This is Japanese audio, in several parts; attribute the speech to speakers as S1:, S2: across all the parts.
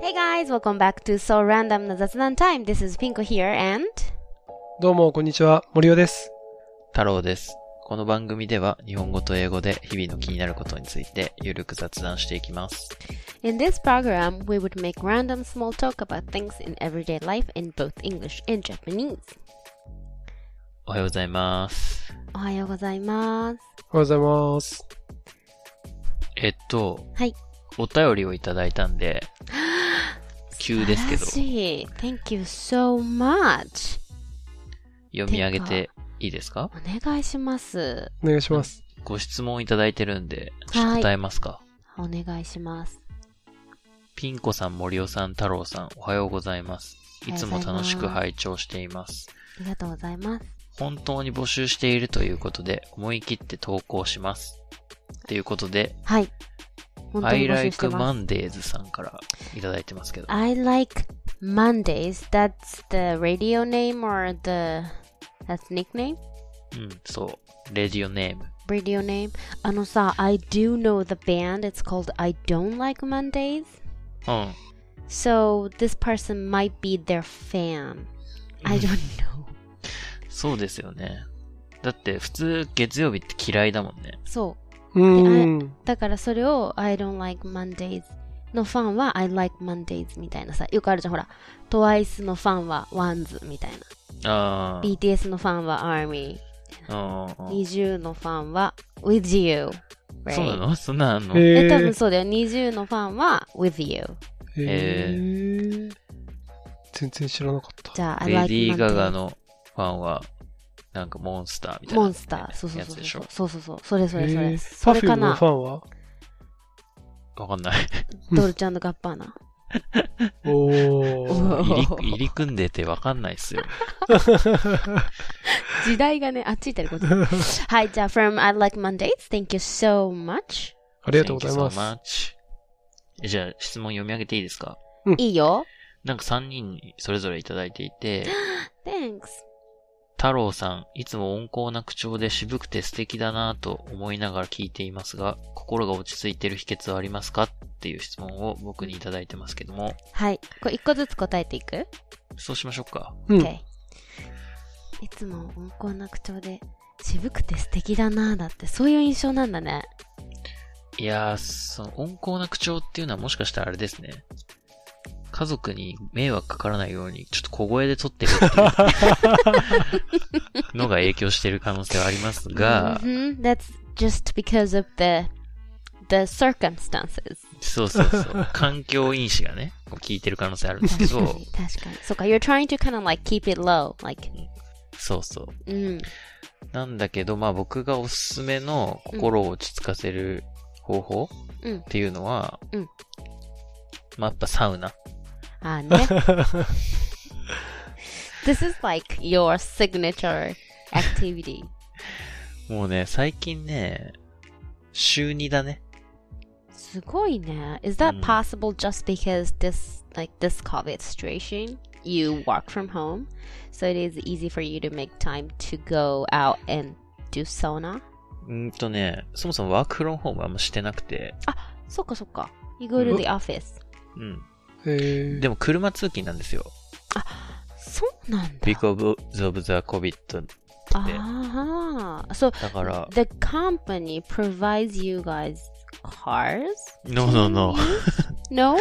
S1: Hey guys, welcome back to So Random の雑談 time. This is Pinko here and
S2: どうも、こんにちは。森尾です。
S3: 太郎です。この番組では日本語と英語で日々の気になることについてゆるく雑談していきます。
S1: in this program we would make random small talk about things in everyday life in both English and Japanese.
S3: おはようございます。
S1: おはようございます。
S2: おはようございます。
S3: えっと、
S1: はい。
S3: お便りをいただいたんで、急ですけど、
S1: 素晴らしい Thank you so much.
S3: 読み上げていいですか
S1: お願いします。
S2: お願いします。
S3: ご質問いただいてるんで、
S1: はい
S3: 答えますか
S1: お願いします。
S3: ピンコさん、森尾さん、太郎さん、おはようございます。いつも楽しく拝聴しています。
S1: ありがとうございます。
S3: 本当に募集しているということで、思い切って投稿します。ということで、
S1: はい。本当
S3: I
S1: に募集し
S3: like
S1: てます。
S3: Mondays さんからいただいてますけど。
S1: I like Mondays. That's the radio name or the that's nickname?
S3: うん、そう。レディオネーム。
S1: Radio name? あのさ、I do know the band. It's called I Don't Like Mondays.
S3: うん。
S1: So this person might be their fan. I don't know.
S3: そうですよね。だって普通月曜日って嫌いだもんね。
S1: そう。
S2: うーん。
S1: だからそれを I don't like Mondays のファンは I like Mondays みたいなさよくあるじゃんほら TWICE のファンは WANDS みたいな
S3: あ
S1: BTS のファンは ARMY
S3: あ。うんうんうん。
S1: NiziU のファンは With You
S3: そうな
S1: Right
S3: のそんなの。
S1: え
S2: え
S1: 多分そうだよ NiziU のファンは With You う
S3: え
S1: ーん
S2: 全然知らなかった。
S1: じゃあ
S3: ー、
S1: I
S3: レ
S1: like
S3: ディー・ガガ
S1: Mondays
S3: のファンは、なんかモンスターみたいな。
S1: モンスターそうそう
S3: やつ
S1: そう
S3: でし
S1: そう
S3: ょ
S1: そうそうそうそれそれそ
S2: え
S1: れ
S2: ー
S1: それか
S2: Perfume の
S1: な
S2: ファンは
S3: わかん ない。
S1: ドルチャンガッパーナ
S2: お
S1: う
S2: ー。
S1: わ
S3: 入り、入り組んでてわかんない っすよ。
S1: 時代がねあっち行ったりこっち行ったりはいじゃあ from I like Mondays thank you so much
S2: ありがとうございま
S3: Thank you
S2: す。
S3: so much. じゃあ質問読み上げていいですか
S1: いいよ
S3: なんか3人にそれぞれいただいていて、
S1: Thanks
S3: 太郎さん、いつも温厚な口調で渋くて素敵だなぁと思いながら聞いていますが、心が落ち着いてる秘訣はありますかっていう質問を僕にいただいてますけども、
S1: はい。これ一個ずつ答えていく、
S3: そうしましょうか。
S2: うん
S1: ?OK。いつも温厚な口調で、渋くて素敵だなぁだって、そういう印象なんだね。
S3: いやー、その温厚な口調っていうのはもしかしたらあれですね。家族に迷惑かからないように、ちょっと小声で撮って るっていうのが影響してる可能性はありますが、
S1: Mhm. That's just because of the, the circumstances.
S3: そうそうそう、環境因子がね、こう聞いてる可能性あるんですけ
S1: 確か
S3: ど
S1: に。、確かに。そうか、you're trying to kind of like keep it low. Like,
S3: そうそう。
S1: うん。
S3: なんだけど、まあ僕がおすすめの心を落ち着かせる方法
S1: うん
S3: っていうのは、
S1: うん
S3: まあやっぱサウナ。
S1: あーね。This is like your signature activity.
S3: もうね、最近ね、週2だね。
S1: すごいね。Is that
S3: うん
S1: possible just because this like this COVID situation? You work from home, so it is easy for you to make time to go out and do sauna.
S3: うーんとね、そもそもワークフロンホームはあんましてなくて、
S1: あ、そっかそっか。You go to the office.
S3: うん。
S2: えー
S3: でも車通勤なんですよ。
S1: そうなんだ。
S3: because of the COVID。
S1: ああ、そう。
S3: だから、
S1: The company provides you guys cars?
S3: no, no, no.
S1: No?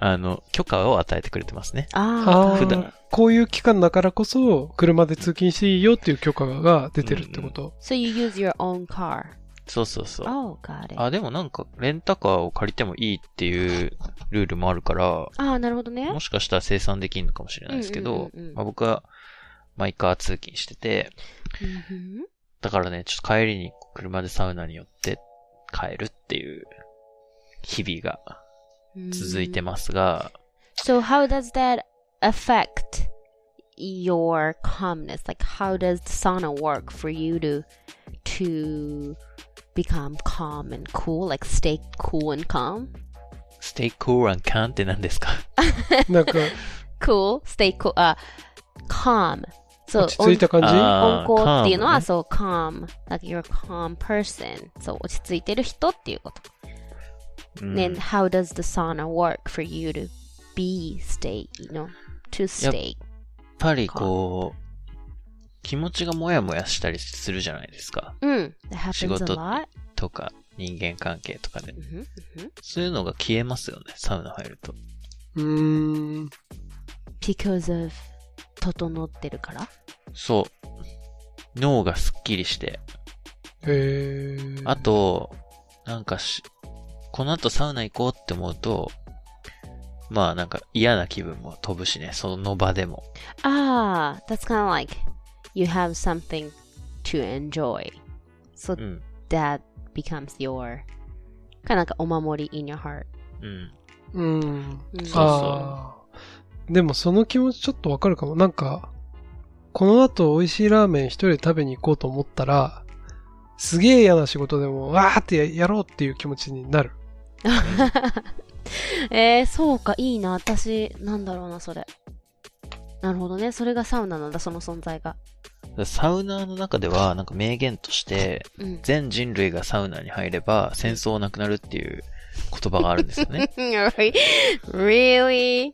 S3: あの、許可を与えてくれてますね。
S1: ああ、
S2: あ
S3: 普
S2: ー
S3: 段。
S2: こういう期間だからこそ、車で通勤していいよっていう許可が出てるってこと。
S1: So you use your own car.
S3: そうそうそう。
S1: Oh, got it.
S3: あ、でもなんか、レンタカーを借りてもいいっていうルールもあるから、
S1: ああ、なるほどね。
S3: もしかしたら生産できるのかもしれないですけど、
S1: うんうんうんうん
S3: まあ、僕はマイカー通勤してて、
S1: うん
S3: だからね、ちょっと帰りに車でサウナに寄って帰るっていう日々が
S1: ふん
S3: 続いてますが、
S1: So how does that affect your calmness? Like how does sauna work for you to to become calm and cool? Like stay cool and calm?
S3: stay cool and calm って何ですか
S2: なん か、
S1: Cool, stay cool, uh calm. So
S2: 落ち着いた感じ
S3: あ
S1: 温
S3: ー
S1: 温厚っていうのは、
S3: calm ね
S1: そう、calm. Like you're a calm person. そう、落ち着いてる人っていうこと。
S3: うん
S1: Then how does the sauna work for you to be state, you know, to stay.
S3: やっぱりこう、気持ちがもやもやしたりするじゃないですか。
S1: Mm, that happens a
S3: 仕事って。
S1: lot.
S3: とか、人間関係とかで。
S1: hmm
S3: そういうのが消えますよね、サウナ入ると。
S2: うーん。
S1: Because of 整ってるから。
S3: そう。脳がスッキリして。
S2: へー。
S3: あと、なんかし、この後サウナ行こうって思うと、まあなんか嫌な気分も飛ぶしね、その場でも。
S1: Ah, that's kind of like you have something to enjoy. So
S3: うん。
S1: that becomes your kind of like お守り in your heart.
S3: うん。
S2: うん。
S1: Mm.
S3: そうそう。
S2: あーでもその気持ちちょっとわかるかも。なんか、この後美味しいラーメン一人で食べに行こうと思ったら、すげえ嫌な仕事でも、わーってややろうっていう気持ちになる。
S1: えー、そうか、いいな。私、なんだろうな、それ。なるほどね。それがサウナなんだ、その存在が。
S3: だからサウナーの中では、なんか名言として、
S1: うん。
S3: 全人類がサウナに入れば戦争なくなるっていう言葉があるんですよ ね。
S1: really?
S3: っ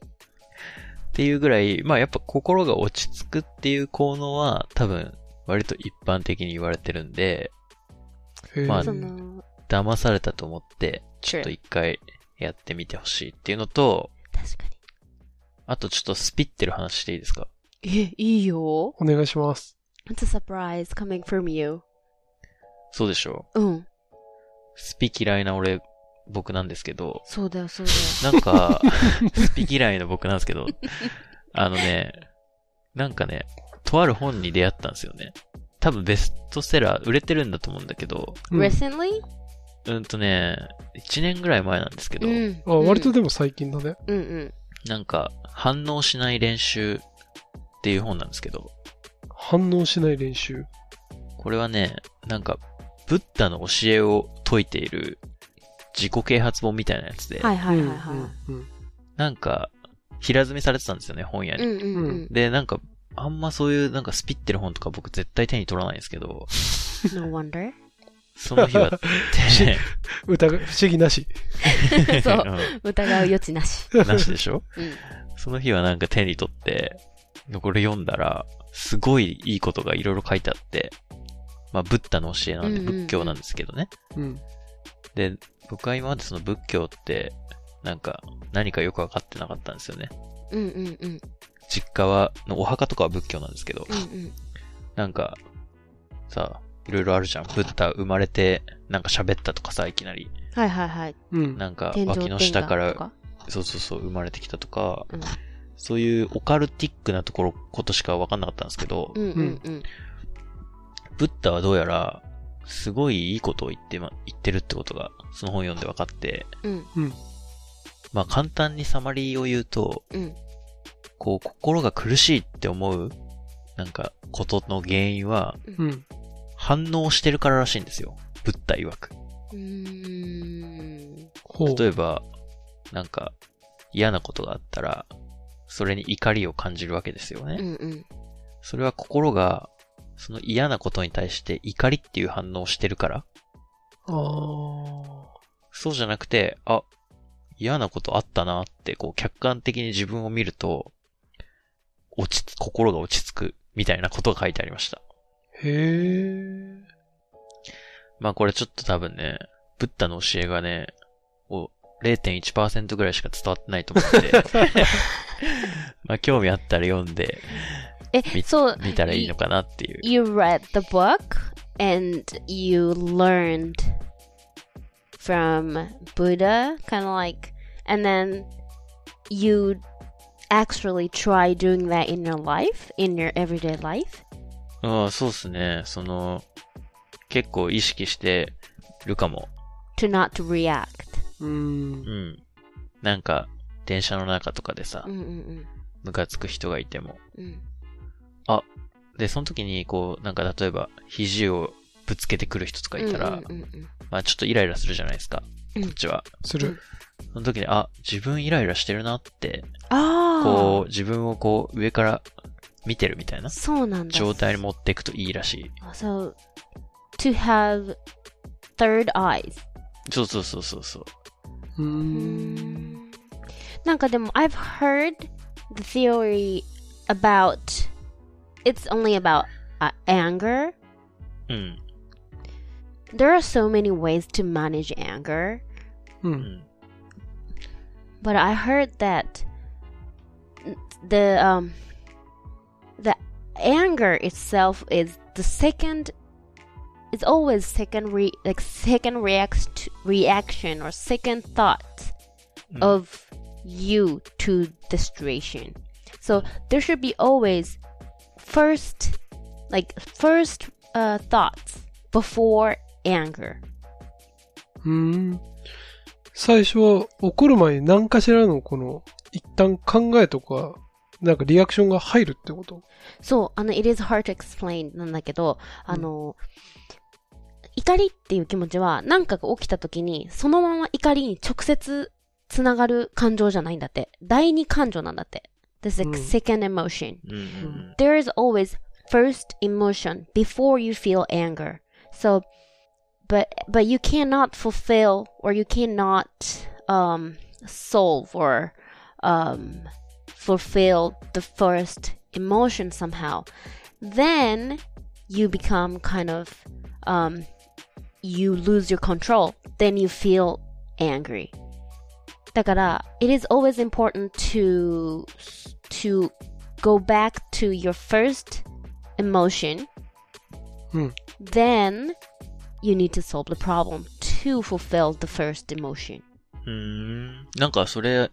S3: ていうぐらい、まあやっぱ心が落ち着くっていう効能は多分割と一般的に言われてるんで、
S2: へー
S3: まあ
S1: その、
S3: 騙されたと思ってちょっと
S1: True.
S3: 一回やってみてほしいっていうのと、
S1: 確か
S3: あとちょっとスピってる話していいですか
S1: に。え、いいよ。
S2: お願いします。
S1: It's a surprise coming from you.
S3: そうでしょ
S1: うん。
S3: うスピ嫌いな俺、僕なんですけど、
S1: そうだよ、そうだよ。
S3: な んか、スピ嫌いの僕なんですけど、あのね、なんかね、とある本に出会ったんですよね。多分ベストセラー、売れてるんだと思うんだけど、
S2: うん
S1: Recently?
S3: うんとね、1年ぐらい前なんですけど、
S1: うん。
S2: あ割とでも最近だね。
S1: うんうん。
S3: なんか、反応しない練習っていう本なんですけど、
S2: 反応しない練習。
S3: これはね、なんか、ブッダの教えを説いている自己啓発本みたいなやつで、
S1: はいはいはいは
S2: うんうん
S3: なんか、平積みされてたんですよね、本屋
S1: い。
S3: に。
S1: うんうんうん。
S3: で、なんか、あんまそういうなんかスピってる本とか僕絶対手に取らないんですけど、
S1: No wonder.
S3: その日は、手ね
S2: うん疑い不思議なし。
S1: そう
S3: う
S1: 疑う余地なし。
S3: んなしでしょ
S1: うん。
S3: その日はなんか手に取って、これ読んだら、すごいいいことがいろいろ書いてあって、まあ、ブッダの教えなんで、
S1: うんうんうん
S3: 仏教なんですけどね。
S2: うん。
S3: で、僕は今までその仏教って、なんか、何かよくわかってなかったんですよね。
S1: うんうんうん。
S3: 実家は、のお墓とかは仏教なんですけど
S1: う、ん
S3: なんか、さ、いろいろあるじゃん。ブッダ生まれて、なんか喋ったとかさ、いきなり。
S1: うん。はいはいはい。
S2: うん。
S3: なんか、
S1: 天井
S3: 脇の下か
S1: 天
S3: ら
S1: 下と、か。
S3: そうそうそう、生まれてきたとか、
S1: うん
S3: そういうオカルティックなところ、ことしかわかんなかったんですけど、
S1: うんうんうん。
S3: ブッダはどうやら、すごいいいことを言ってま、言ってるってことが、その本読んで分かって、
S1: うん
S3: まあ簡単にサマリーを言うと、
S1: うん。
S3: こう、心が苦しいって思う、なんか、ことの原因は、
S2: うん。
S3: 反応してるかららしいんですよ。ブッダ曰く。
S1: うーん。
S2: ほう。
S3: 例えば、なんか、嫌なことがあったら、それに怒りを感じるわけですよね。
S1: うんうん。
S3: それは心が、その嫌なことに対して怒りっていう反応をしてるから、
S2: あ
S3: そうじゃなくて、あ、嫌なことあったなって、こう、客観的に自分を見ると、落ち着、心が落ち着く、みたいなことが書いてありました。
S2: ー。へえ。
S3: まあこれちょっと多分ね、ブッダの教えがね、を0.1%ぐらいしか伝わってないと思って、まあ興味あったら読んで
S1: え
S3: み、
S1: そう、
S3: みたらいいのかなっていう。
S1: you read the book and you learned from Buddha, kind of like, and then you actually try doing that in your life, in your everyday life.
S3: うん、そうですね。その、結構意識してるかも。
S1: to not react.
S2: うん
S3: う。ん。なんか、電車の中とかでさ
S1: う、んうん
S3: ムカつく人がいても。
S1: うんうん
S3: で、その時に、こう、なんか例えば、肘をぶつけてくる人とかいたら、
S1: うんうん
S3: まあちょっとイライラするじゃないですか。
S1: う
S3: こ
S1: ん
S3: っちは。
S2: する。
S3: その時に、あ、自分イライラしてるなって、
S1: ああ
S3: こう、自分をこう、上から見てるみたいな
S1: そうなんだ。
S3: 状態に持っていくといいらしい。
S1: So, to have third eyes.
S3: そうそうそうそうそ
S2: うー。
S3: う。
S1: うんんなんかでも I've heard the theory about it's only about、uh, anger.
S3: うん。
S1: There are so many ways to manage anger,
S2: う。
S3: うんん。
S1: but I heard that the um the anger itself is the second it's always second re like second react reaction or second thought of you to the situation. So there should be always first, like first uh, thoughts before anger.
S2: うん。最初は怒る前に何かしらのこの、一旦考えとか、なんかリアクションが入るってこと
S1: そう、あの、it is hard to explain なんだけど、あの、怒りっていう気持ちは何かが起きた時に、そのまま怒りに直接つながる感情じゃないんだって。第二感情なんだって。This is
S2: うん
S1: like second emotion.
S3: うん。うん。
S1: there is always first emotion before you feel anger so but but you cannot fulfill or you cannot um solve or um fulfill the first emotion somehow then you become kind of um you lose your control then you feel angry だから it is always important to to go back to your first emotion
S2: うん。
S1: then you need to solve the problem to fulfill the first emotion
S3: うーん。なんか、それ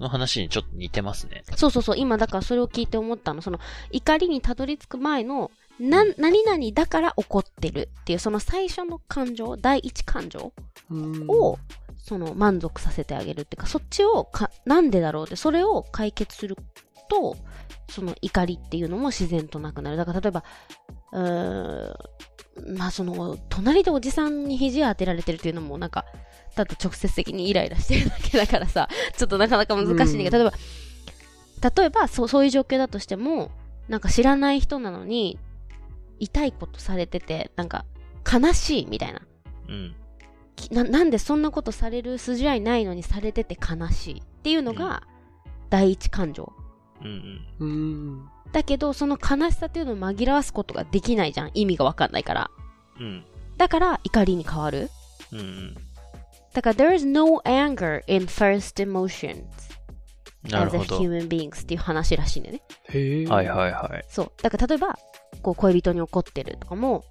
S3: の話にちょっと似てますね。
S1: そうそうそう今だからそれを聞いて思ったのその怒りにたどり着く前のなん何々だから怒ってるっていうその最初の感情第一感情
S2: うん。
S1: をその満足させてあげるっていうかそっちをかなんでだろうってそれを解決するとその怒りっていうのも自然となくなるだから例えばうーんまあその隣でおじさんに肘当てられてるっていうのもなんかだって直接的にイライラしてるだけだからさ ちょっとなかなか難しいんだけど、例えば例えばそうそういう状況だとしてもなんか知らない人なのに痛いことされててなんか悲しいみたいな
S3: うん。
S1: きななんでそんなことされる筋合いないのにされてて悲しいっていうのが第一感情
S3: うんうん。
S2: うん。
S1: だけどその悲しさっていうのを紛らわすことができないじゃん意味がわかんないから
S3: うん。
S1: だから怒りに変わる
S3: うんうん。
S1: だから there is no anger in first emotions
S3: なる
S1: as a
S3: ほど。
S1: human beings っていう話らしいんだよね
S2: へえ。
S3: はいはいはい。
S1: そうだから例えばこう恋人に怒ってるとかも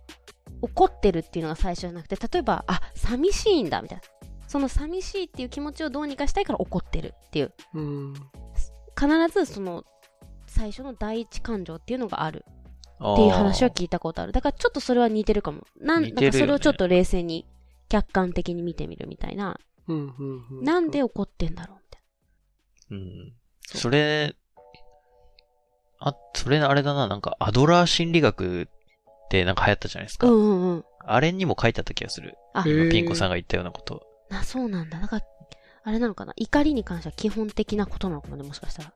S1: 怒ってるっていうのが最初じゃなくて例えばあ寂しいんだみたいなその寂しいっていう気持ちをどうにかしたいから怒ってるっていう
S2: うん。
S1: 必ずその最初の第一感情っていうのがある
S3: っ
S1: っていう話は聞いたことあるだからちょっとそれは似てるかもなん,、
S3: 似てる
S1: な
S3: よね
S1: んかそれをちょっと冷静に客観的に見てみるみたいな、
S2: うん。うん。う
S1: なんで怒ってんだろうみたい
S3: うん。
S1: そう
S3: それ、あ、それあれだな、なんかアドラー心理学ってなんか流行ったじゃないですか。
S1: なうんうんうん
S3: あれにも書いてあった気がする。
S1: あ
S2: へー
S3: ピンコさんが言ったようなこと。
S1: なそうなんだだからあれなのかな怒りに関しては基本的なことなのかもねもしかしたら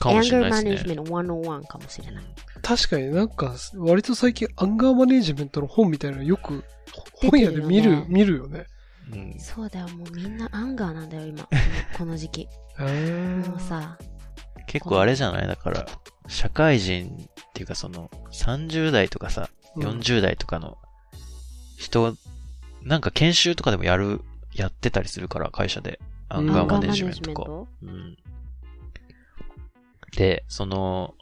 S3: かもしれないです
S1: Anger
S3: ね。
S1: Management 101かもしれ ない
S2: 確かになんか、割と最近アンガーマネージメントの本みたいなのよく本屋で見
S1: 出
S2: る、
S1: てるよね
S2: 見るよね。
S3: うん。
S1: そうだよもうみんなアンガーなんだよ今この時期
S2: へえ
S1: もうさ
S3: 結構あれじゃないだから、社会人っていうかその、30代とかさ、40代とかの人、なんか研修とかでもやる、やってたりするから、会社で。アンガーマネジメントか。うん。で、その、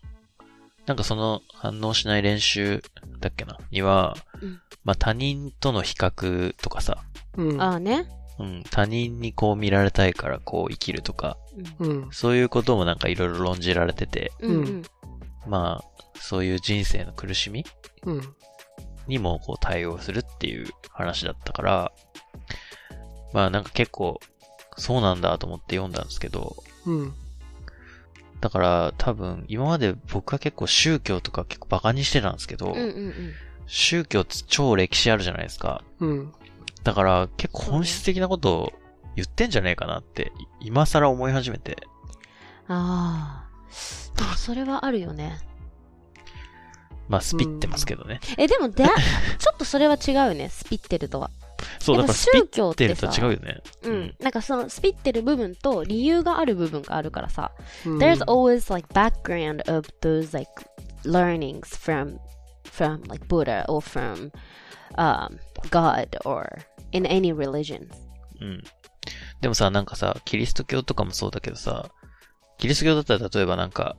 S3: なんかその反応しない練習だっけなには、
S1: うん
S3: まあ他人との比較とかさ、
S2: うん。
S1: ああね、
S3: うん、他人にこう見られたいからこう生きるとか、
S1: う
S2: うん。
S3: そういうこともなんかいろいろ論じられてて、
S1: ん、うん
S2: う
S1: うんん
S3: まあ、そういう人生の苦しみ
S2: うん。
S3: にもこう対応するっていう話だったから、まあなんか結構、そうなんだと思って読んだんですけど、
S2: うん。
S3: だから多分今まで僕は結構宗教とか結構バカにしてたんですけど、
S1: うんうんうん
S3: 宗教って超歴史あるじゃないですか。
S2: うん。
S3: だから結構本質的なことを言ってんじゃねえかなって、い今更思い始めて。
S1: ああ。でもそれはあるよね。
S3: まあスピってますけどね。
S1: え、でもだ、ちょっとそれは違うよね。スピってるとは。
S3: そう、だ
S1: やっ
S3: から
S1: ぱ
S3: スピ
S1: 宗
S3: っ
S1: 教ってて
S3: ると
S1: さ
S3: 違うよね。
S1: うんなんかそのスピってる部分と理由がある部分があるからさ、
S2: うん
S1: there's always like background of those like learnings from from like Buddha or from um, God or in any religions
S3: うん。でもさ、なんかさ、キリスト教とかもそうだけどさ、キリスト教だったら例えばなんか、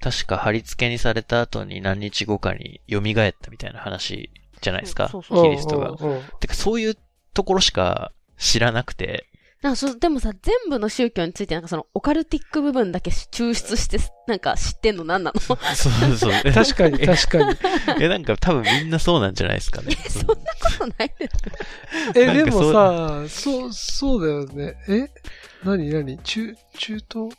S3: 確か貼り付けにされた後に何日後かに蘇ったみたいな話じゃないですか。
S1: そうそう
S2: うん
S3: キリストが。
S2: うんうん
S3: てか、そういうところしか知らなくて、
S1: なんかそうでもさ全部の宗教についてなんかそのオカルティック部分だけ抽出してなんか知ってんの何なの
S3: そうそうそう。
S2: 確か に、確かに。
S3: いや、なんか多分みんなそうなんじゃないですかね。
S1: そんなことないです
S2: え、
S3: なん
S2: で
S3: かそう
S2: もさ、そう、そうだよね。え何何中、中東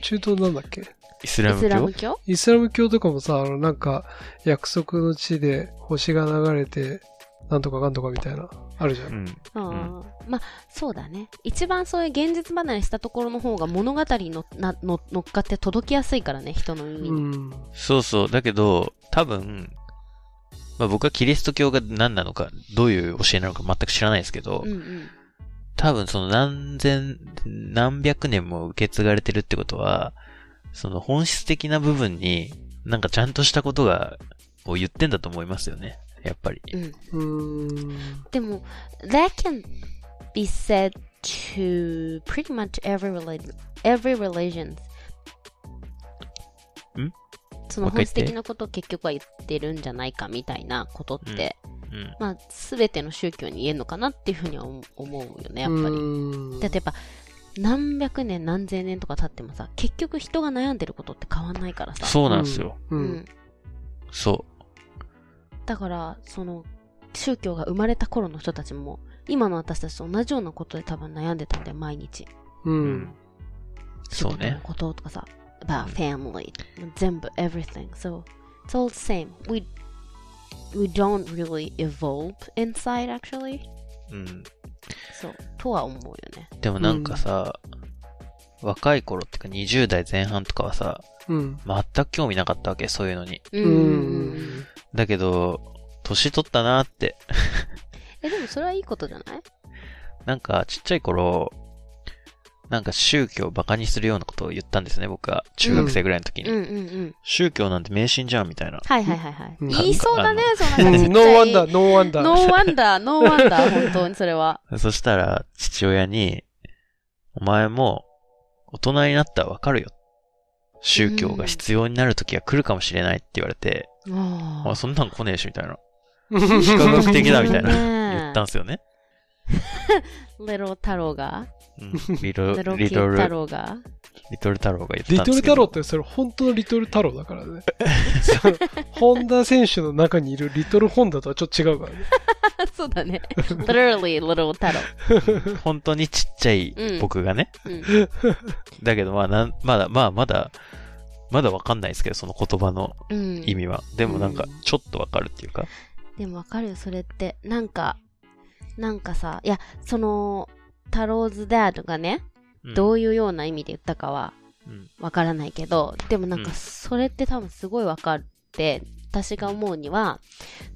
S2: 中東なんだっけ
S3: イス
S1: イ
S3: ラム
S1: スラ
S3: 教
S1: ム教
S2: イスラム教とかもさ、あの、なんか、約束の地で星が流れて、なんとかかんとかみたいな、あるじゃ。
S3: うんん。
S1: あーまあそうだね一番そういう現実離れしたところの方が物語にのなの乗っかって届きやすいからね人の耳
S2: う
S1: に、
S2: ん。
S3: そうそう。だけど、多分、まあ僕はキリスト教が何なのか、どういう教えなのか全く知らないですけど、
S1: うんうん
S3: 多分その何千、何百年も受け継がれてるってことは、その本質的な部分に、なんかちゃんとしたことが、を言ってんだと思いますよね。やっぱり。
S1: うん
S2: うん。
S1: でも that can be said to pretty much every religion every religion
S3: ん
S1: その本
S3: もう一回言って
S1: 質的なことを結局は言ってるんじゃないかみたいなことって、
S3: うん。
S1: まあ全ての宗教に言えるのかなっていうふうには思思うよねやっぱり、
S2: うん
S1: だってやっぱ何百年何千年とか経ってもさ結局人が悩んでることって変わんないからさ
S3: そうなんですよ。
S2: う。
S1: うんん、
S3: そ
S1: だからその宗教が生まれた頃の人たちも今の私たちと同じようなことで多分悩んでたんだよ毎日
S2: う
S3: う。
S2: ん。。
S3: そう
S1: 仕事の
S3: ね。
S1: こととかさ about family 全部 everything so it's all the same we we don't really evolve inside actually
S3: うん。
S1: そうとは思うよね
S3: でもなんかさ、若い頃っていうか20代前半とかはさ、
S2: うん。
S3: 全く興味なかったわけ、そういうのに。
S1: う
S2: うんん。
S3: だけど、年取ったなって、
S1: えでもそれはいいことじゃない
S3: なんかちっちゃい頃、なんか宗教をバカにするようなことを言ったんですね、僕は。中学生ぐらいの時に。
S1: うんうんうん
S3: 宗教なんて迷信じゃん、みたいな。
S1: はいはいはいはい
S2: うん
S1: 言いそうだねそ
S2: うんん
S1: なちっちゃい
S2: ノーワンダー、ノーワンダ
S1: ノ
S2: ー。
S1: ーワンダーノーワンダー本当にそれは
S3: そしたら、父親に、お前も、大人になったらわかるよ。宗教が必要になる時が来るかもしれないって言われて、
S1: あ
S3: あ、そんなん来ねえし、みたいな。
S2: 比
S3: 科学的だみたいな
S1: な
S3: 言ったんすよね。
S1: レロ太郎が
S3: うんリト
S1: レロ
S3: ル、
S1: キ
S3: リトル、
S1: 太郎が
S3: リトル太郎が言って
S2: リ
S3: たん
S2: ト
S3: で
S2: ル
S3: すけ
S2: 太
S3: ど。
S2: 郎ってそれ本当のリトル太郎だから ね。そのホンダ選手の中にいるリトルホンダとはちょっと違うからね。
S1: そうだね literally レロ太郎
S3: 本当にちっちゃい
S1: うん
S3: 僕がね。
S1: うん
S3: だけど、まあなん、まだ、まあ、まだ、まだわかんないですけど、その言葉の
S1: うん
S3: 意味は。でもなんか
S2: うん、
S3: ちょっとわかるっていうか。
S1: でもわかるよ、それって。なんか、なんかさ、いや、その、タローズ・ダーがね、
S3: うん
S1: どういうような意味で言ったかは
S3: うん
S1: わからないけど、でもなん
S3: う
S1: か、
S3: ん
S1: それって多分すごいわかって、私が思うには、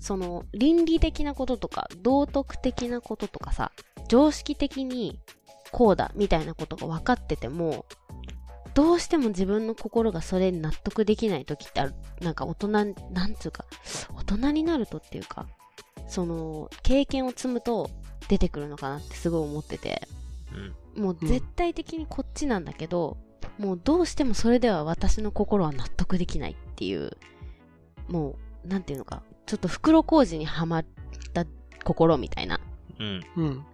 S1: その、倫理的なこととか、道徳的なこととかさ、常識的にこうだ、みたいなことが分かってても、どうしても自分の心がそれに納得できない時ってある。なんか大人、なんつうか、大人になるとっていうか、その、経験を積むと出てくるのかなってすごい思ってて、
S3: うん
S1: もう絶対的にこっちなんだけど、もうどうしてもそれでは私の心は納得できないっていう、もう、なんていうのか、ちょっと袋小路にはまった心みたいな。
S3: うん。
S2: うん。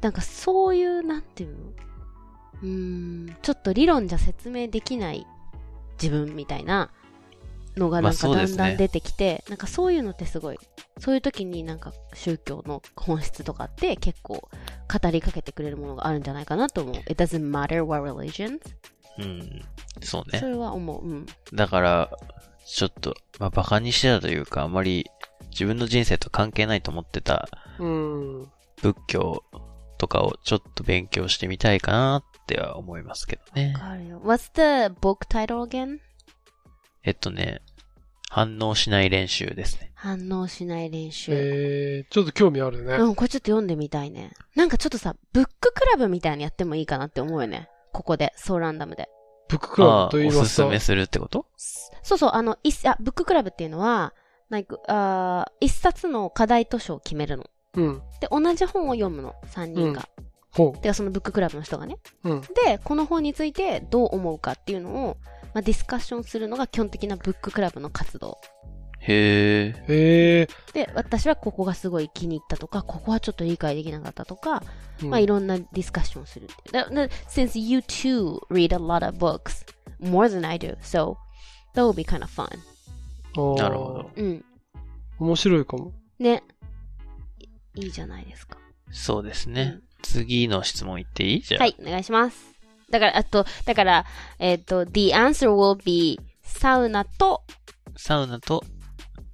S1: なんかそういう、なんていうのうーん、ちょっと理論じゃ説明できない自分みたいなのがな
S3: まあ
S1: んか
S3: そう
S1: だ
S3: で
S1: ん
S3: すね
S1: だん出てきて、なんかそういうのってすごい、そういう時になんか宗教の本質とかって結構語りかけてくれるものがあるんじゃないかなと思う。It doesn't matter what religions、
S3: うん。そう
S1: そ
S3: ね。
S1: れは思う。うん。
S3: だから、ちょっと、まあ、バカにしてたというか、あんまり自分の人生と関係ないと思ってた
S2: うん。
S3: 仏教とかをちょっと勉強してみたいかなっては思いますけどね。
S1: わかるよ。What's the book title again?
S3: えっとね、反応しない練習ですね。
S1: 反応しない練習。
S2: えー、ちょっと興味あるね。
S1: うん、これちょっと読んでみたいね。なんかちょっとさ、ブッククラブみたいにやってもいいかなって思うよね。ここで、ソーランダムで。
S2: ブッククラ
S3: あ
S2: ブ
S3: あ
S2: と言
S3: ー、
S2: い
S3: お
S2: ますす
S3: す
S2: と。
S3: めするってこと
S1: そうそう、あの、いっあブッククラブっていうのは、なんか、あー一冊の課題図書を決めるの。
S2: うん。
S1: で、同じ本を読むの、3人が。
S2: ほ
S1: で、そのブッククラブの人がね。
S2: う。うん。
S1: で、この本についてどう思うかっていうのを、まあ、ディスカッションするのが基本的なブッククラブの活動。
S3: へえ。
S2: え
S1: で、私はここがすごい気に入ったとか、ここはちょっと理解できなかったとか、
S2: ー。うん
S1: まあいろんなディスカッションをするっていう。だだ Since you too read a lot of books, more than I do, so that will be kind of fun.
S2: あー
S3: なるほど。
S1: うん。
S2: 面白いかも。
S1: ね。いいいじゃないですか。
S3: そうです
S1: う
S3: ね
S1: ん。
S3: 次の質問いっていいじゃあ。
S1: はい、お願いします。だから、あと、だから、えっ、と、the answer will be サウナと
S3: サウナと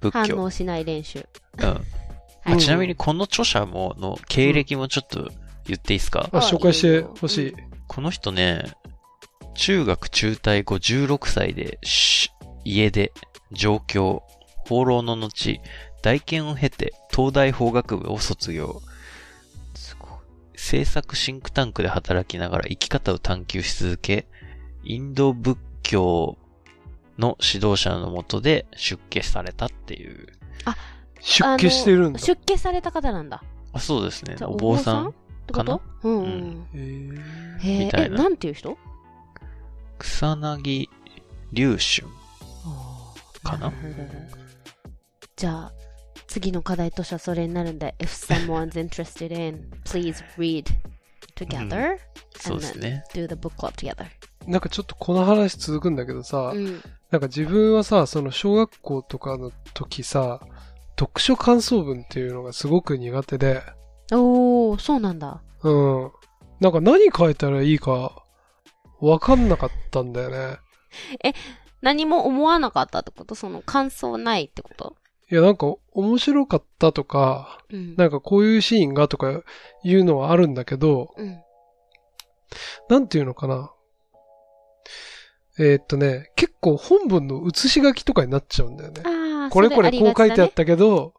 S1: 反
S3: 仏教。
S1: 応しない練習。
S3: うん。
S1: はい
S3: ちなみにこの著者もの経歴もちょっと言っていいですか、
S2: あ、
S1: あ
S2: 紹介してほし
S1: いい
S2: い。
S3: この人ね、中学中退後16歳で、し家出、上京、放浪の後、大研を経て東大法学部を卒業。
S1: すごい。
S3: 政策シンクタンクで働きながら生き方を探求し続け、インド仏教の指導者のもとで出家されたっていう。
S2: 出家してるんだ
S1: あの。出家された方なんだ。
S3: あ、そうですね
S1: じ。ゃあ
S3: お坊さ
S1: お坊
S3: ん
S1: ってこと
S3: か
S1: うんうんう。
S3: うん
S2: えー
S1: へえ
S3: み、た
S1: え、
S3: いな
S1: なんていう人
S3: 草薙龍春かな
S1: じゃあ、次の課題としてはそれになるんで、if someone's interested in, please read together、
S3: そうですね。
S1: do the book club together.
S2: なんかちょっとこの話続くんだけどさ、
S1: うん。
S2: なんか自分はさ、その小学校とかの時さ、読書感想文っていうのがすごく苦手で、
S1: おー、そうなんだ。
S2: うん。なんか何書いたらいいか、わかんなかったんだよね。
S1: 何も思わなかったってことその感想ないってこと
S2: いや、なんか面白かったとか、
S1: うん。
S2: なんかこういうシーンがとかいうのはあるんだけど、
S1: うん。
S2: なんていうのかな。えーっとね、結構本文の写し書きとかになっちゃうんだよね。
S1: ああ、
S2: これこれこう書いてあったたけど、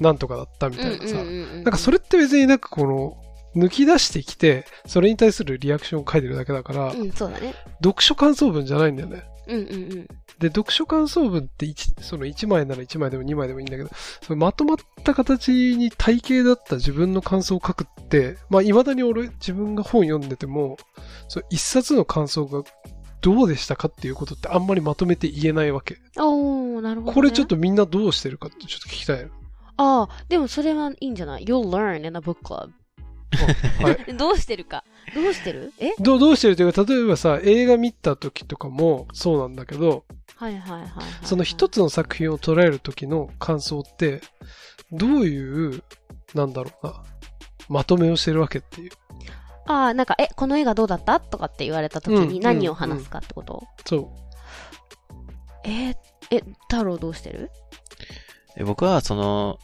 S2: なんとかだったみ
S1: み
S2: たいなさ。
S1: な
S2: なんかそれって別になんかこの、抜き出してきて、それに対するリアクションを書いてるだけだから、
S1: うん、そうだね。
S2: 読書感想文じゃないんだよね。
S1: うんうんうん。
S2: で、読書感想文って一その1枚なら1枚でも2枚でもいいんだけど、そのまとまった形に体型だった自分の感想を書くって、まあ、未だに俺、自分が本読んでても、その一冊の感想がどうでしたかっていうことってあんまりまとめて言えないわけ。
S1: おー、なるほど、ね。
S2: これちょっとみんなどうしてるかってちょっと聞きた いの。
S1: ああ、でもそれはいいんじゃない ?You'll learn in a book club.
S2: はい。
S1: どうしてるか。どうしてるえ
S2: どうどうしてるというか、例えばさ、映画見た時とかもそうなんだけど、
S1: はいはいはいはい、
S2: その一
S1: つ。
S2: つの作品を捉える時の感想って、どういう、なんだろうな、まとめをしてるわけっていう。
S1: ああ、なんか、え、この映画どうだったとかって言われた時
S2: う
S1: に
S2: ん
S1: 何を話すかってこと、
S2: そ
S1: えーえ、太郎どうしてる
S3: で僕はその、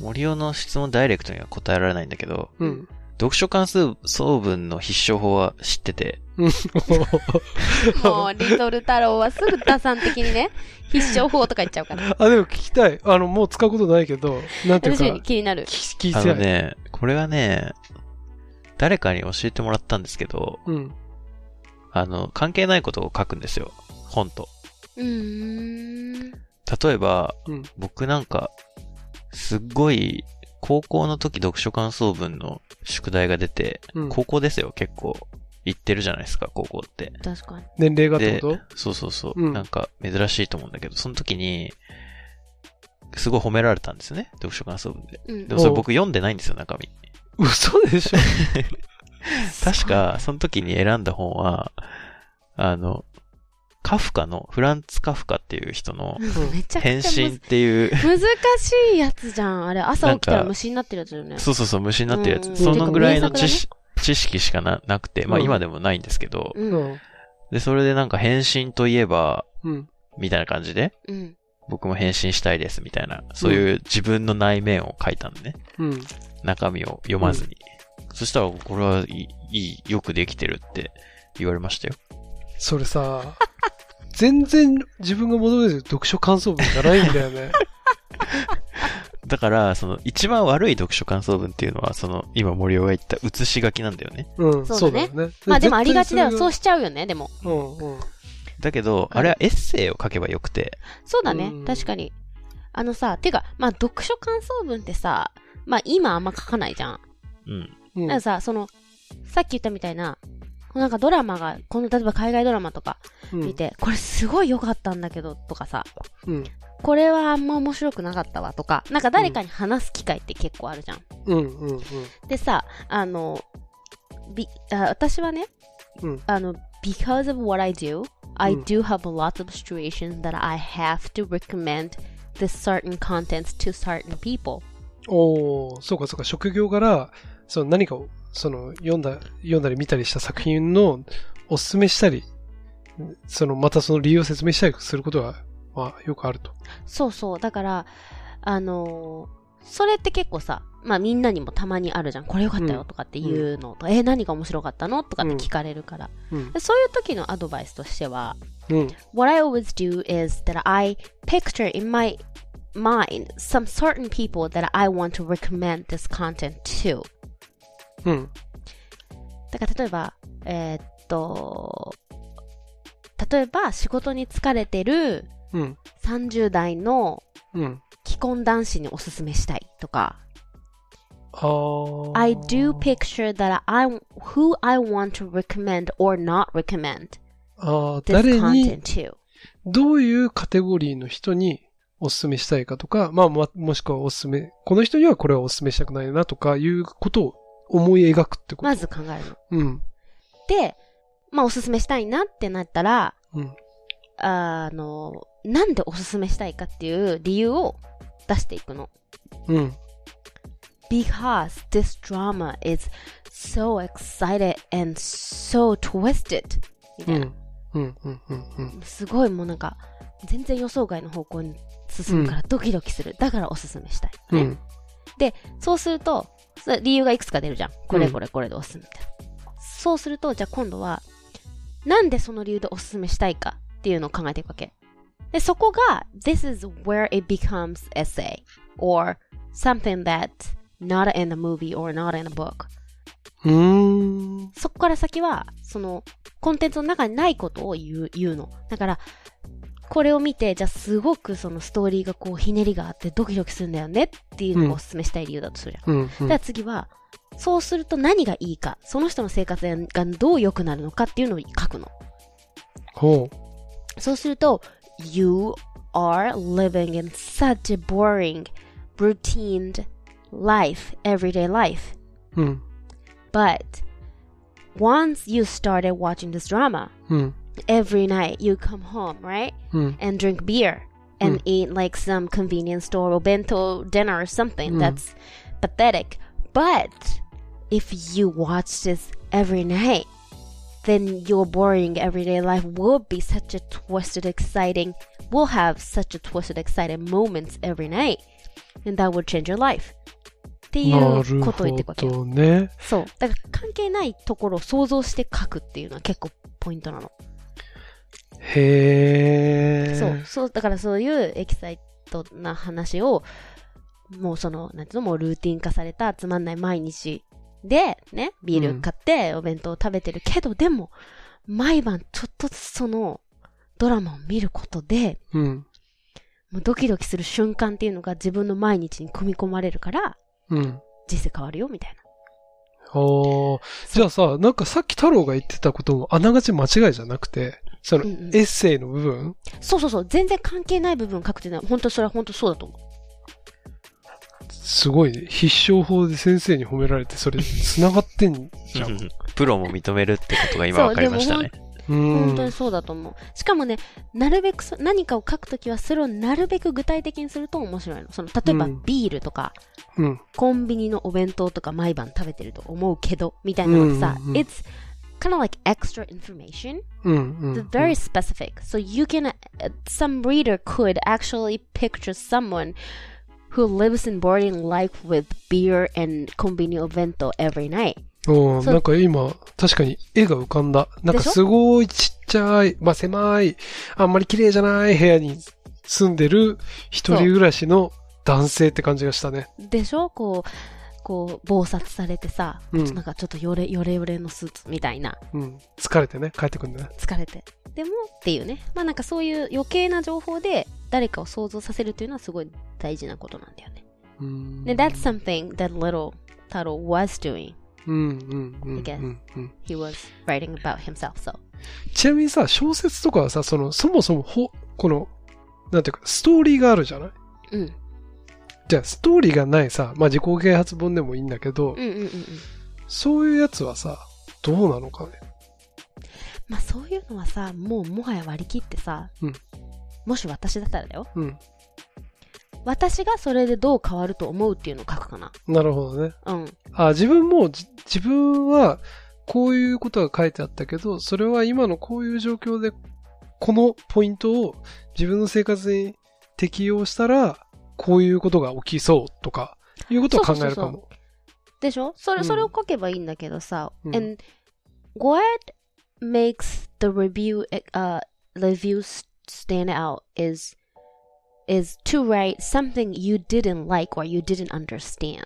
S3: 森尾の質問ダイレクトには答えられないんだけど、
S2: う。う ん。
S3: 読書関数総文の必勝法は知ってて、
S1: もう、リトル太郎はすぐ打算的にね、必勝法とか言っちゃうから。
S2: あ、でも聞きたい。あの、もう使うことないけど、なんてい
S1: 確
S2: うか、
S1: かに気になる。
S2: 聞聞き
S3: あ
S2: た
S3: の
S2: い。
S3: ね、これはね、誰かに教えてもらったんですけど、
S2: うん。
S3: あの、関係ないことを書くんですよ。本と。
S1: うーん。
S3: 例えば、
S2: うん
S3: 僕なんか、すっごい、高校の時読書感想文の宿題が出て、
S2: うん
S3: 高校ですよ、結構。行ってるじゃないですか、高校って。
S1: 確かに。
S2: 年齢がってこと
S3: そうそうそう。
S2: うん
S3: なんか、珍しいと思うんだけど、その時に、すごい褒められたんですよね、読書感想文で。
S1: うん
S3: でもそ
S2: お
S3: れ
S2: う
S3: 僕読んでないんですよ、中身。
S2: 嘘でしょ
S3: 確か、その時に選んだ本は、あの、カフカの、フランツ・カフカっていう人の、
S1: めちゃく
S3: 変
S1: ちゃ
S3: 身っていう、
S1: むず難しいやつじゃん。あれ、朝起きたら
S3: なんか
S1: 虫になってるやつだよね。
S3: そうそうそう、虫になってるや
S1: う
S3: つ。
S1: ん
S3: そのぐらいの
S1: てか名
S3: 知
S1: 作
S3: 識知識しかななくて、まあ
S2: うん
S3: 今でもないんですけど、
S1: う。
S2: うんん。
S3: で、それでなんか変身といえば、
S2: うん。
S3: みたいな感じで、
S1: うん。
S3: 僕も変身したいです、みたいな、そういう自分の内面を書いたのね。
S2: うん。
S3: 中身を読まずに。そしたら、これはいいいい、よくできてるって言われましたよ。
S2: それさ、全然自分が求めてる読書感想文じゃないんだよね。
S3: だから、その、一番悪い読書感想文っていうのは、その、今森尾が言った写し書きなんだよね。
S2: う ん、
S1: そ
S2: そうう
S1: だ
S2: だ
S1: ね
S2: よね。
S1: まあでもありがちだよ。そう
S2: し
S1: しちゃうよね、でも。
S2: うんうん。
S3: だけど、あれはエッセイを書けばよくて、
S1: そうだね
S2: う、ん
S1: 確かに。あのさ、てか、まあ読書感想文ってさ、まあ今あんま書かないじゃん。
S3: うん。
S2: うん
S1: だからさ、その、さっき言ったみたいな、なんかドラマが、この例えば海外ドラマとか
S2: うん
S1: 見て、これすごい良かったんだけどとかさ、
S2: うん。
S1: これはあんま面白くなかったわとか、なんか誰かに話す機会って結構あるじゃん。
S2: うんうんうん。
S1: でさ、あの、びあ私はね、
S2: うん
S1: あの、because of what I do, I
S2: うん
S1: do have lots of situations that I have to recommend this certain contents to certain people.
S2: おお、そうかそうか、職業から、その何かを、その、読んだ、読んだり見たりした作品のおすすめしたり、その、またその理由を説明したりすることは、まあ、よくあると。
S1: そうそう。だから、あのーそれって結構さ、まあみんなにもたまにあるじゃん。これよかったよとかっていうのと、え、何が面白かったのとかって聞かれるから、
S2: うん。
S1: でそういう時のアドバイスとしては、
S2: うん。
S1: What I always do is that I picture in my mind some certain people that I want to recommend this content to.
S2: うん。
S1: だから例えば、えーっと、例えば仕事に疲れてる
S2: うん。
S1: 30代の
S2: うん。
S1: 既婚男子におすすめしたいとか、
S2: あー
S1: I do picture that I who I want to recommend or not recommend
S2: あー
S1: this
S2: 誰に
S1: content to.
S2: どういうカテゴリーの人におすすめしたいかとか、まあ、まもしくはおすすめ、この人にはこれはおすすめしたくないなとかいうことを思い描くってこと。
S1: まず考えるの。
S2: うん。
S1: で、まあおすすめしたいなってなったら、
S2: うん。
S1: あの、なんでおすすめしたいかっていう理由を出していくの。
S2: うん。
S1: Because this drama is so excited and so twisted. み
S2: う
S1: たいな。
S2: ん。うん。うん。うん。うん。
S1: すごいもうなんか、全然予想外の方向に進むからドキドキする。だからおすすめしたい。
S2: う
S1: ね
S2: ん。
S1: そうすると、そ理由がいくつか出るじゃん。これこれこれでおすすめみたいな。そうすると、じゃあ今度は、なんでその理由でおすすめしたいかっていうのを考えていくわけ。で、そこが、this is where it becomes essay or something that's not in a movie or not in a book.
S2: うーん。
S1: そこから先は、その、コンテンツの中にないことを言う言うの。だから、これを見て、じゃあすごくそのストーリーがこう、ひねりがあってドキドキするんだよねっていうのをおすすめしたい理由だとするじゃん。
S2: うん。うん
S1: じゃあ次は、そうすると何がいいか、その人の生活がどう良くなるのかっていうのを書くの。
S2: ほ
S1: そうすると、You are living in such a boring, routine life, everyday life.
S2: う。うん。
S1: But once you started watching this drama,
S2: うん。
S1: every night you come home, right?
S2: うん。
S1: And drink beer and
S2: Hmm.
S1: eat like some convenience store or bento dinner or something.
S2: Mm.
S1: That's pathetic. But if you watch this every night, then your boring everyday life will be such a twisted, exciting, will have such a twisted, exciting moments every night. And that will change your life. ってい
S2: な
S1: う
S2: る
S1: ことを言っていくわ
S2: ほ
S1: け。
S2: どね。
S1: そう。だから関係ないところを想像して書くっていうのは結構ポイントなの。
S2: へえ。
S1: そう、そう、だからそういうエキサイトな話を、もうその、なんていうの、もうルーティン化されたつまんない毎日で、ね、ビール買ってお弁当を食べてるけど、でも、毎晩ちょっとずつそのドラマを見ることで、
S2: うん。
S1: もうドキドキする瞬間っていうのが自分の毎日に組み込まれるから、
S2: うん。
S1: 人生変わるよ、みたいな。
S2: ああ。じゃあさ、なんかさっき太郎が言ってたこともあながち間違いじゃなくて、その
S1: うんうん
S2: エッセイの部分
S1: そうそうそう、全然関係ない部分書くっていうのは、本当それは本当そうだと思う。
S2: すごいね。必勝法で先生に褒められて、それ繋がってんじゃん。
S3: プロも認めるってことが今分かりましたね。
S2: うん。
S1: 本当にそうだと思う。しかもね、なるべくそ何かを書くときは、それをなるべく具体的にすると面白いの。その例えば、
S2: うん
S1: ビールとか、
S2: うん。
S1: コンビニのお弁当とか毎晩食べてると思うけど、みたいなのがさ、
S2: うんうんうん
S1: It's kind of like extra information.
S2: うん。うん。
S1: They're very specific. So you can, uh, some reader could actually picture someone who lives in boarding life with beer and コンビニお弁当 every night.
S2: おー
S1: そう
S2: なんか今、確かに絵が浮かんだ。なんかすごいちっちゃい、まあ狭い、あんまり綺麗じゃない部屋に住んでる一人暮らしの男性って感じがしたね。
S1: でしょこう、こう、暴殺されてさ、
S2: うん
S1: なんかちょっとヨレヨレヨレのスーツみたいな、
S2: うん。疲れてね、帰ってくんだね。
S1: 疲れて。でもっていうね。まあなんかそういう余計な情報で誰かを想像させるというのはすごい大事なことなんだよね。
S2: うーん。
S1: で、that's something that little Taro was doing.
S2: うんうんうんうん
S1: I guess
S2: うん。
S1: He was writing about himself, so.
S2: ちなみにさ、小説とかはさ、その、そもそも、ほ、この、なんていうか、ストーリーがあるじゃない
S1: うん。
S2: じゃあ、ストーリーがないさ、まあ、自己啓発本でもいいんだけ
S1: う
S2: ど、
S1: んうんうんうん。
S2: そういうやつはさ、どうなのかね。
S1: まあそういうのはさ、もうもはや割り切ってさ、
S2: うん
S1: もし私だったらだよ。
S2: うん。
S1: 私がそれでどう変わると思うっていうのを書くかな。
S2: なるほどね。
S1: うん。
S2: あ、自分も、じ自分は、こういうことが書いてあったけど、それは今のこういう状況で、このポイントを自分の生活に適用したら、こういうことが起きそうとか、いうことを考えるか
S1: そうそう
S2: も。
S1: でしょそれ,、
S2: うん
S1: それを書けばいいんだけどさ、
S2: うん
S1: And what makes the review,、uh, review s- stand out is, is to write something you didn't like or you didn't understand.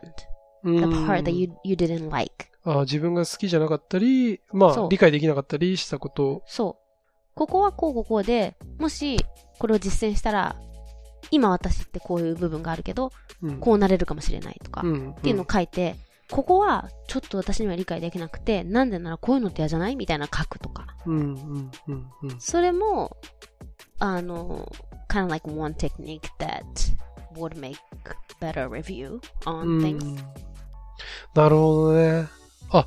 S2: う
S1: The
S2: ん
S1: part that you, you didn't like.
S2: あ自分が好きじゃなかったり、ま
S1: そ
S2: あ
S1: う、
S2: 理解できなかったりしたこと
S1: そう。ここはこうこうこうで、もしこれを実践したら、今私ってこういう部分があるけど、
S2: うん
S1: こうなれるかもしれないとか、
S2: ん、っ
S1: っていうのを書いて、ここはちょっと私には理解できなくて、なんでならこういうのって嫌じゃないみたいな書くとか。
S2: うんうんうんうん
S1: それも、あの、kind of like one technique that would make better review
S2: う
S1: on
S2: ん
S1: things.、
S2: なるほどね。あ、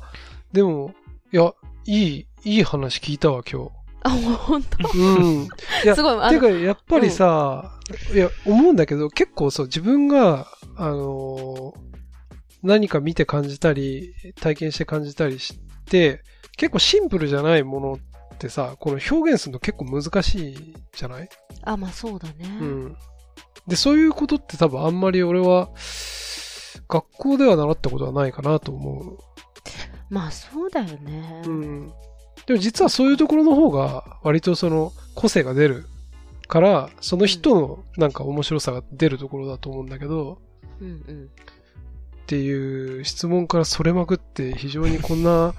S2: でも、いや、いい、いい話聞いたわ、今
S1: あ、ほんと
S2: 日。うん。いや
S1: すごい。あ
S2: て
S1: の
S2: か、やっぱりさ、いや、思うんだけど、結構そう、自分が、あのー何か見て感じたり、体験して感じたりして、結構シンプルじゃないものってさ、この表現するの結構難しいじゃない
S1: あ、まあそうだね。
S2: うん。で、そういうことって多分あんまり俺は、学校では習ったことはないかなと思
S1: まあそうだよね。
S2: う。うん。でも実はそういうところの方が、割とその、個性が出るから、その人のなんか面白さが出るところだと思うんだけど、
S1: うんうん。
S2: っていう質問からそれまくって、非常にこんな、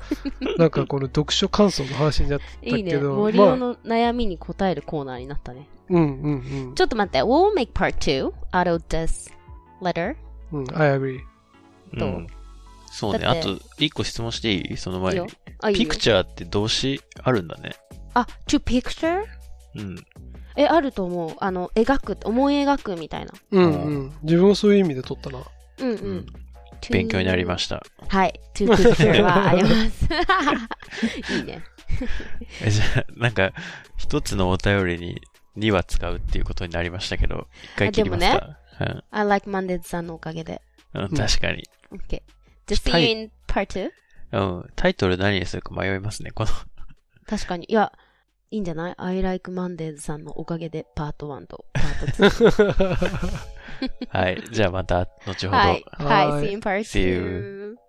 S2: なんかこの読書感想の話になったけど、
S1: いいね。森
S2: ま
S1: 尾
S2: あ、
S1: の悩みに答えるコーナーになったね。
S2: うんうん
S1: ちょっと待って。We'll make part 2 out of this letter.
S2: うん。うん、I agree.
S1: どう
S3: うんそうね。
S1: だって
S3: あと、一個質問していいその前
S1: いい
S3: に
S1: よ。あ、いい
S3: ピ
S1: よ
S3: ク。チャーって動詞あるんだね。
S1: あ、to picture?
S3: うん。
S1: え、あると思う。あの、描く、思い描くみたいな。
S2: うんうん。自分はそういう意味で取ったな。
S1: うんう
S3: うんん。勉強になりました。
S1: た。はい。to picture はあります。 いいね。
S3: え、じゃあ、なんか、一つのお便りに2は使うっていうことになりましたけど、一回切りますか、
S1: I like Mondays さんのおかげで。
S3: うん、うん、確かに。
S1: OK。じゃあ、
S3: は
S1: see
S3: い
S1: you in part 2?
S3: うん。タイトル何にするか迷いますね。この、
S1: 確かに。いや、いいんじゃない ?I like Mondays さんのおかげで、パート1とパート2。
S3: はい。じゃあまた、後ほど。
S1: はい。は
S2: はい
S1: い。see you in part two
S3: See you